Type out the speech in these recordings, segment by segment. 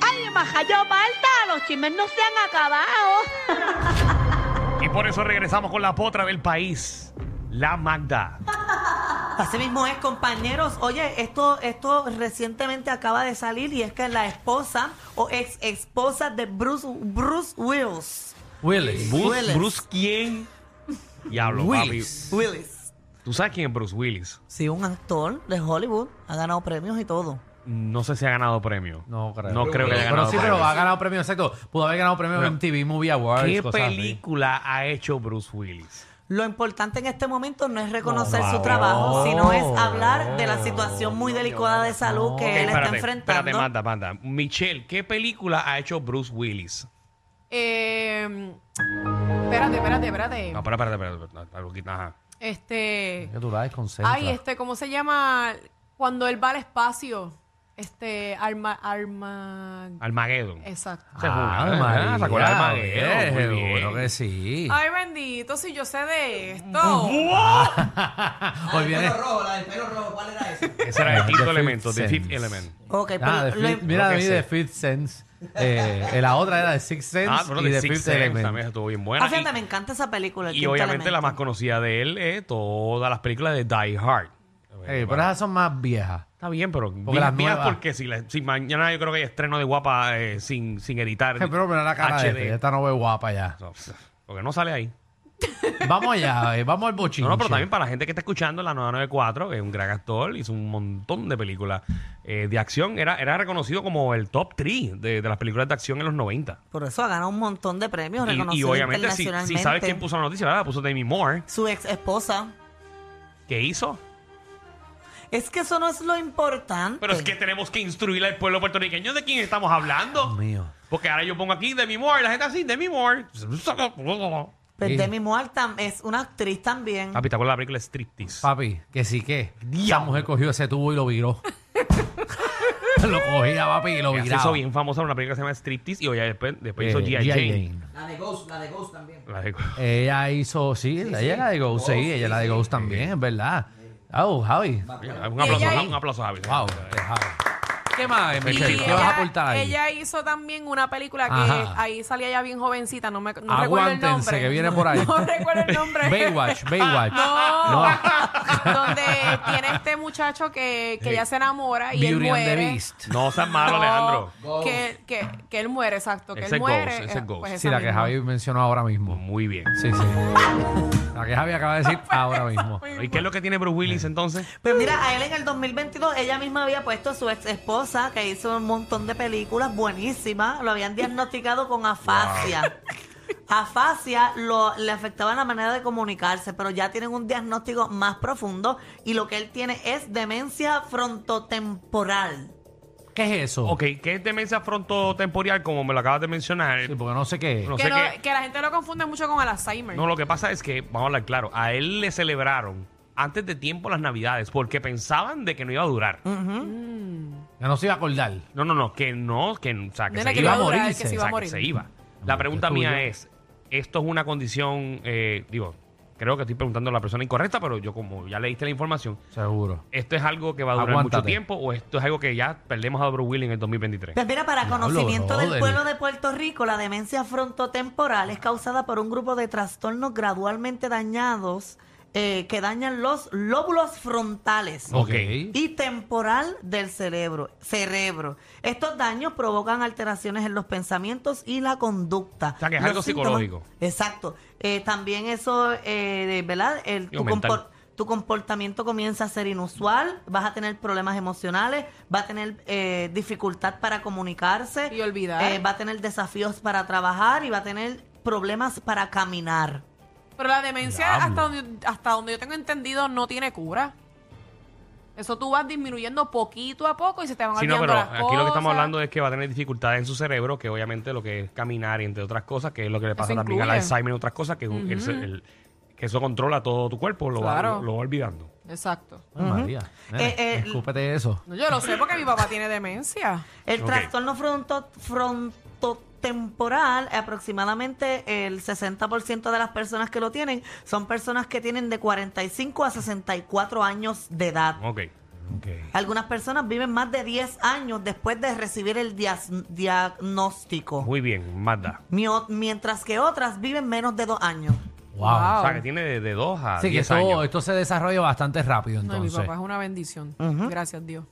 ¡Ay, majayo, Malta! ¡Los chismes no se han acabado! Y por eso regresamos con la potra del país, la Magda. Así mismo es, compañeros. Oye, esto, esto recientemente acaba de salir y es que la esposa o ex esposa de Bruce, Bruce Willis. Willis. Bruce, Willis. Bruce quién? Diablo, Willis. Willis. papi. ¿Tú sabes quién es Bruce Willis? Sí, un actor de Hollywood. Ha ganado premios y todo. No sé si ha ganado premio. No creo. No creo que haya ganado Pero sí, premio. pero ha ganado premio, exacto. Pudo haber ganado premio en MTV Movie Awards. ¿Qué cosas así. película ha hecho Bruce Willis? Lo importante en este momento no es reconocer No, su no, trabajo, no, sino es hablar de la no, situación muy delicada de salud no. que Ok, él está espérate, enfrentando. espérate, manda, manda. Michelle, ¿qué película ha hecho Bruce Willis? Eh, espérate, espérate, espérate. No, espérate, espérate, espérate, espérate. algo que- ajá. Este. Que tú la desconcentras. Ay, este, ¿cómo se llama? Cuando él va al espacio. Este, arma. arma Armageddon. exacto. Se ah, Ah, María, sacó la de Magueo, eh, muy bien. Seguro que sí. Ay, bendito, si yo sé de esto. Hoy viene. Ese era el The quinto Fifth elemento, The Fifth Sense. Element. Ok, pero Ah, The lo- em- Fifth- mira, lo a que mí sé. de Fifth Sense. Eh, eh, la otra era de Sixth Sense Ah, pero y The de Fifth Fifth Element Element. también estuvo bien Ah, buena. Y- fíjate, me encanta esa película. el Y Quinto obviamente la Elemento. más conocida de él es todas las películas de Die Hard. Eh, pero esas son más viejas. Está bien, pero Porque porque las nuevas- porque si, la- si mañana yo creo que hay estreno de guapa eh, sin, sin editar. Eh, Pero mira la cara de este, HD. esta no ve guapa ya. No, pff, porque no sale ahí. Vamos allá, eh, vamos al bochinche. No, no, pero también para la gente que está escuchando, la 994 es un gran actor, hizo un montón de películas eh, de acción. Era, era reconocido como el top 3 de, de las películas de acción en los 90. Por eso ha ganado un montón de premios Y- reconocidos Y, obviamente, si, internacionalmente. si sabes quién puso la noticia, ¿verdad? La puso Demi Moore. Su ex esposa. ¿Qué hizo? Es que eso no es lo importante. Pero es que tenemos que instruir al pueblo puertorriqueño de quién estamos hablando. Dios mío. Porque ahora yo pongo aquí Demi Moore, la gente así, Demi Moore. Pero Sí. Pues Demi Moore tam- es una actriz también. Papi, ¿te acuerdas de la película Striptease? Papi, que sí que. Esa mujer cogió ese tubo y lo viró. lo cogía, papi, y lo Ella se viraba. hizo bien famosa en una película que se llama Striptease y oye, después, después Eh, Pues hizo G.I. G.I. Jane. Jane. La de- Ella hizo, sí, ella la de Ghost, sí, ella la de Ghost también, es verdad. Oh, Javi. un aplauso, ella- un aplauso, Javi. Wow, qué Javi. ¿Qué más, Y Michelle? ¿Qué ella- vas a aportar ahí? Ella hizo también una película que Ajá. ahí salía ya bien jovencita, no me no recuerdo el Aguántense, nombre. que viene por ahí. No recuerdo el nombre. Ah, Baywatch, Baywatch. No. No. Donde tiene este muchacho que, que ya se enamora y él Beauty and muere. the Beast. No seas malo, No, Alejandro. Que, que, que él muere, exacto. Que Ese él es muere. Ghost, ese es eh, Ghost. pues Sí, esa la que misma. Javi mencionó ahora mismo. Muy bien. Sí, sí. La que Javi acaba de decir ahora mismo. ¿Y qué es lo que tiene Bruce Willis Eh. entonces? Pues mira, a él en el 2022 ella misma había puesto a su ex esposa, que hizo un montón de películas buenísimas, lo habían diagnosticado con afasia. Afasia lo, le afectaba la manera de comunicarse, pero ya tienen un diagnóstico más profundo y lo que él tiene es demencia frontotemporal. ¿Qué es eso? Ok, ¿qué es demencia frontotemporal como me lo acabas de mencionar? Sí, porque no sé qué. es. No Que, sé no- qué- que la gente lo confunde mucho con el Alzheimer. No, lo que pasa es que, vamos a hablar claro, a él le celebraron antes de tiempo las navidades porque pensaban de que no iba a durar. Mm. Ya no se iba a acordar. No, no, no, que no, que, o sea, que Nena, se que iba. iba a durar, morirse, que O se iba a sea, que morir. se iba. La Hombre, pregunta qué mía tuyo. es, ¿esto es una condición, eh, digo, creo que estoy preguntando a la persona incorrecta, pero yo como ya leíste la información, Seguro. ¿esto es algo que va a durar mucho Aguántate. tiempo o esto es algo que ya perdemos a Bruce Willis en el 2023? Pues mira, para Diablo, conocimiento del brother. pueblo de Puerto Rico, la demencia frontotemporal es causada por un grupo de trastornos gradualmente dañados eh, que dañan los lóbulos frontales Ok. y temporal del cerebro. cerebro. Estos daños provocan alteraciones en los pensamientos y la conducta. O sea, que es Los algo psicológico. Exacto. Eh, también eso, eh, ¿verdad? El, tu, Digo, mental. compor- tu comportamiento comienza a ser inusual, vas a tener problemas emocionales, va a tener eh, dificultad para comunicarse. Y olvidar. eh, va a tener desafíos para trabajar y va a tener problemas para caminar. Pero la demencia, Diablo. hasta donde, hasta donde yo tengo entendido, no tiene cura. Eso tú vas disminuyendo poquito a poco y se te van Sí, no, olvidando pero las aquí lo que estamos cosas. hablando es que va a tener dificultades en su cerebro, que obviamente lo que es caminar y entre otras cosas, que es lo que le pasa Eso también al incluye. Alzheimer y otras cosas, que, el ce- el- que eso controla todo tu cuerpo, lo, va- Claro. lo, lo va olvidando. Exacto. Ay, María, nene, Eh, eh, escúpete eso. No, yo lo sé porque mi papá tiene demencia. El Ok. trastorno fronto- frontotemporal, aproximadamente el 60% de las personas que lo tienen son personas que tienen de 45 a 64 años de edad. Ok. Algunas personas viven más de 10 años después de recibir el dias- diagnóstico, Muy bien, Magda. Mio- mientras que otras viven menos de 2 años. Wow. O sea, que tiene de, de dos a Así que 10 esto, años. esto se desarrolla bastante rápido No, y mi entonces. papá es una bendición. Gracias, Dios.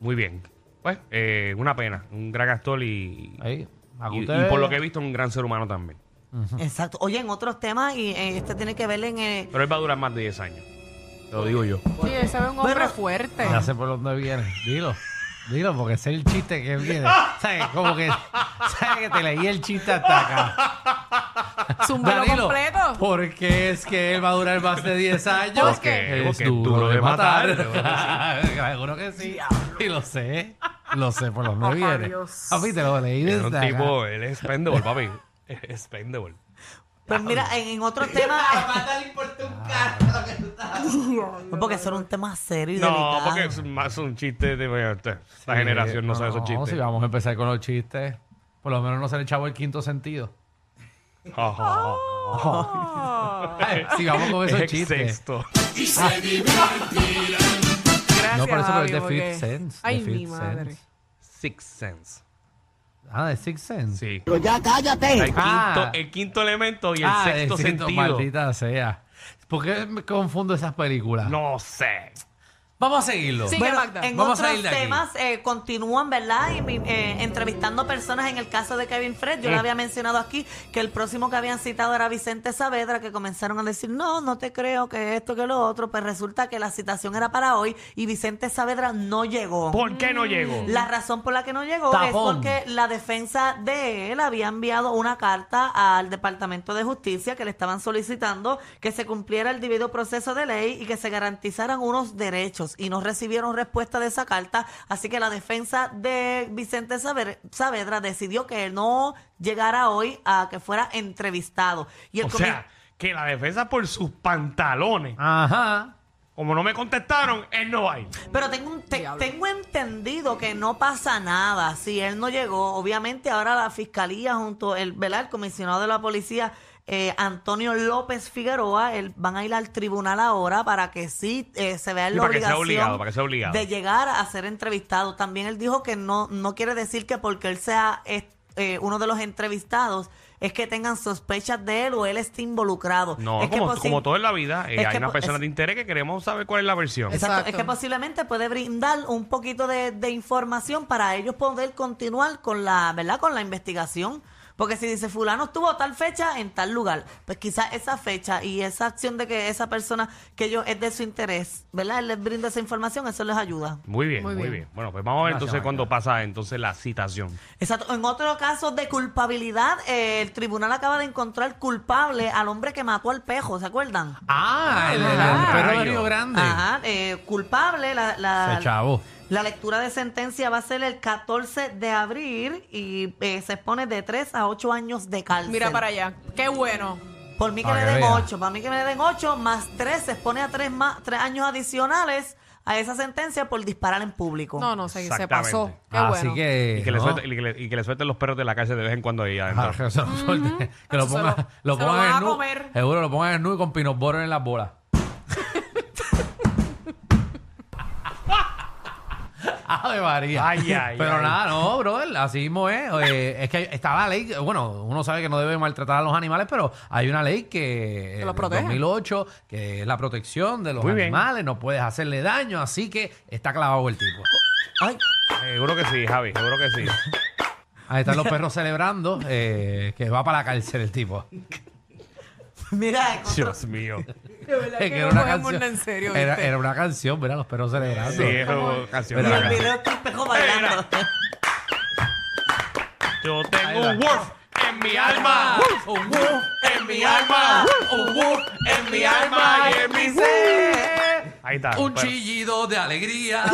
Muy bien. Pues, eh, una pena. Un gran actor y, Ahí, a y, y usted- por lo que he visto, un gran ser humano también. Exacto. Oye, en otros temas, y eh, este tiene que ver en... eh, Pero él va a durar más de 10 años. Te lo digo yo. Sí, ese es un hombre Pero- fuerte. Ya sé por dónde viene. Dilo. Dilo, porque ese es el chiste que viene. ¿Sabes? Como que. ¿Sabes que te leí el chiste hasta acá? Zúmbalo Danilo, completo. ¿por qué es que él va a durar más de 10 años? ¿Por qué? Es Porque es duro, de matar. Seguro que sí. Y lo sé. Lo sé por dónde viene. Dios. A mí te lo leí Es desde un acá. tipo, él es expendable, papi. Es expendable. Ah, Pues mira, en, en otros temas... Porque eso era un tema serio y No, delicado. porque es más un chiste de bueno, esta esta Sí, generación no, sabe esos chistes. Eh, si vamos a empezar con los chistes. Por lo menos no se le echaba el quinto sentido. Ja, ja, ja. Ay, si vamos con esos Es el chistes. sexto. Gracias, No, por eso, pero es Javi, de porque- Fifth Sense. Ay, de mi Fifth madre. Sense. Six Sense. Ah, de Sixth Sense. Sí. Ya cállate. El, Ah. quinto, el quinto elemento y el Ah, de sexto Sixth Sense, sentido. Maldita sea. ¿Por qué me confundo esas películas? No sé. Vamos a seguirlo. Sí. Sigue, Bueno, Magda. en Vamos a otros salir de aquí. temas eh, continúan, ¿verdad? Y, mi- eh, entrevistando personas en el caso de Kevin Fred. Mm. Yo le había mencionado aquí que el próximo que habían citado era Vicente Saavedra, que comenzaron a decir, no, no te creo que esto, que lo otro. Pues resulta que la citación era para hoy y Vicente Saavedra no llegó. ¿Por qué no llegó? La razón por la que no llegó es Tapón. porque la defensa de él había enviado una carta al Departamento de Justicia que le estaban solicitando que se cumpliera el debido proceso de ley y que se garantizaran unos derechos y no recibieron respuesta de esa carta, así que la defensa de Vicente Saber- Saavedra decidió que él no llegara hoy a que fuera entrevistado. Y el O comi- sea, que la defensa por sus pantalones. Ajá. Como no me contestaron, él no va a ir. Pero tengo, un- te- Diablo. tengo entendido que no pasa nada si él no llegó. Obviamente ahora la fiscalía junto el, ¿verdad? el comisionado de la policía eh, Antonio López Figueroa él, van a ir al tribunal ahora para que sí eh, se vea Sí, la para que sea obligación obligado, para que sea obligado. de llegar a ser entrevistado. También él dijo que no no quiere decir que porque él sea es- eh, uno de los entrevistados es que tengan sospechas de él o él esté involucrado. No, Es que como, posi- como todo en la vida, eh, es hay que una po- persona es- de interés que queremos saber cuál es la versión. Es- Exacto. Exacto. Es que posiblemente puede brindar un poquito de, de información para ellos poder continuar con la, ¿verdad? Con la investigación. Porque si dice fulano estuvo tal fecha en tal lugar, pues quizás esa fecha y esa acción de que esa persona que ellos es de su interés, ¿verdad? Él les brinda esa información, eso les ayuda. Muy bien, muy Muy bien. bien. Bueno, pues vamos a ver Gracias, entonces Magda. cuándo pasa entonces la citación. Exacto. En otro caso de culpabilidad, eh, el tribunal acaba de encontrar culpable al hombre que mató al pejo, ¿se acuerdan? Ah, el, el- el Ajá. perro de Río Grande. Ajá, eh, culpable, la, la- Ese chavo. La lectura de sentencia va a ser el 14 de abril y eh, se expone de 3 a 8 años de cárcel. Mira para allá. Qué bueno. Por mí que Para le que den vea. 8, para mí que me le den 8 más 3, se expone a 3, más, 3 años adicionales a esa sentencia por disparar en público. No, no, se, se Exactamente. pasó. Qué Así bueno. que. Y que, le Eh, no. suelte- y que le- y que le suelten los perros de la cárcel de vez en cuando ahí Ah, adentro. que se lo suelte. Que lo Ah, Se lo- pongan lo se lo pongan van en a nu. comer. Seguro lo pongan en nu y con pinot butter en las bolas. Ave María. Ay, ay, Pero ay. nada, no, brother, así mismo es. Eh, es que está la ley, bueno, uno sabe que no debe maltratar a los animales, pero hay una ley que... Que los eh, protege. 2008, que es la protección de los Muy bien. animales, no puedes hacerle daño, así que está clavado el tipo. Ay. Seguro que sí, Javi, seguro que sí. Ahí están los perros celebrando eh, que va para la cárcel el tipo. Mira, encontró- Dios mío. De verdad Es que, que no podemos nada en serio, ¿viste? era, era una canción, mira, los perros celebrando. Sí, es una canción. y Mira, el video está espejo bailando. Yo Ahí tengo va. un wolf en mi alma. Un wolf en mi alma, un wolf en mi alma y en mi ser. Ahí está. Un pero- chillido de alegría.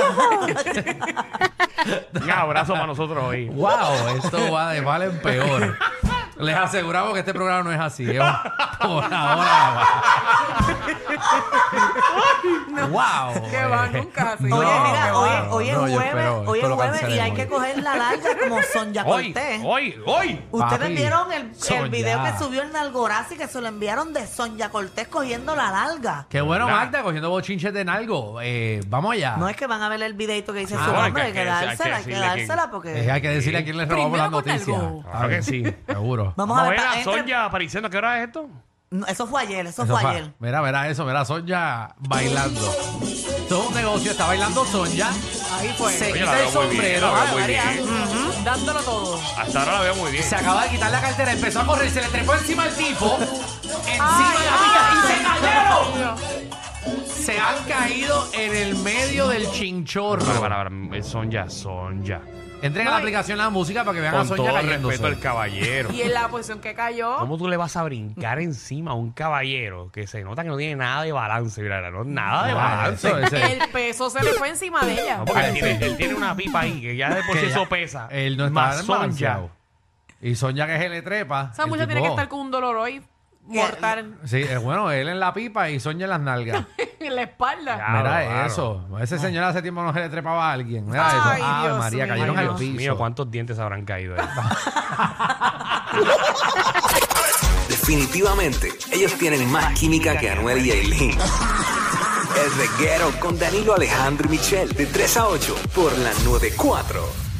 Un abrazo para nosotros hoy. wow, esto va de mal en peor. Les aseguramos que este programa no es así. es un- por ahora. wow. eh. Que va, nunca es así. Oye, No, mira, qué hoy, bárbaro. hoy es No, yo jueves, espero- hoy es esto lo jueves y hay cancelemos. que coger la larga como Sonia Hoy, Cortés. hoy, hoy. Ustedes Papi, vieron el, el Sonia. video que subió el Nalgorazi que se lo enviaron de Sonia Cortés cogiendo la larga. Qué bueno, Nah. Magda, cogiendo bochinches de nalgo. Eh, vamos allá. No es que van a ver el videito que dice Ah, su bueno, nombre, que hay que hay que- hay que dársela, hay que decirle que- dársela Eh, porque... hay que decirle a quién le robamos Primero las con noticias. algo. Claro que sí. Seguro. Vamos Vamos a ver pa- a entre- Sonia apareciendo. ¿A qué hora es esto? No, Eso fue ayer, eso, Eso fue fa- ayer. Mira, verá eso, verá Sonia bailando. Todo un negocio, está bailando Sonia. Ahí fue. Oye, Se la quita el veo muy bien, sombrero. la veo Ave muy María. bien. Ujú. Dándolo todo. Hasta ahora la veo muy bien. Se acaba de quitar la cartera, empezó a correr, se le trepó encima al tipo, encima de la ay, amiga y se ay, cayeron. Se han caído en el medio del chinchorro. Para, para, para. Eh, Sonia, Sonia. Entren a la No, y- aplicación la música para que vean a Con Sonia todo el respeto cayéndose. al caballero. Y en la posición que cayó. ¿Cómo tú le vas a brincar encima a un caballero que se nota que no tiene nada de balance? Mira, no, nada de Ah, balance. eso, eso. El peso se le fue encima de ella. No, porque él Ay, tiene, sí. él tiene una pipa ahí que ya de por Que sí ya- eso pesa. Él no Más está Sonia. balanceado. Y Sonia que se le trepa. Esa el muchacha tiene que tipo- estar con un dolor hoy mortal Sí, eh, bueno, él en la pipa y Sonia en las nalgas. en la espalda. Ya. Mira Claro, Ah. eso. Ese señor hace tiempo no se le trepaba a alguien. Mira eso. Ay, Ave Dios María, mío. Ay, cayeron al Dios piso. mío, ¿cuántos dientes habrán caído ahí? Definitivamente, ellos tienen más química que Anuel y Aileen. El reguero con Danilo Alejandro y Michel, de 3 a 8, por la 94.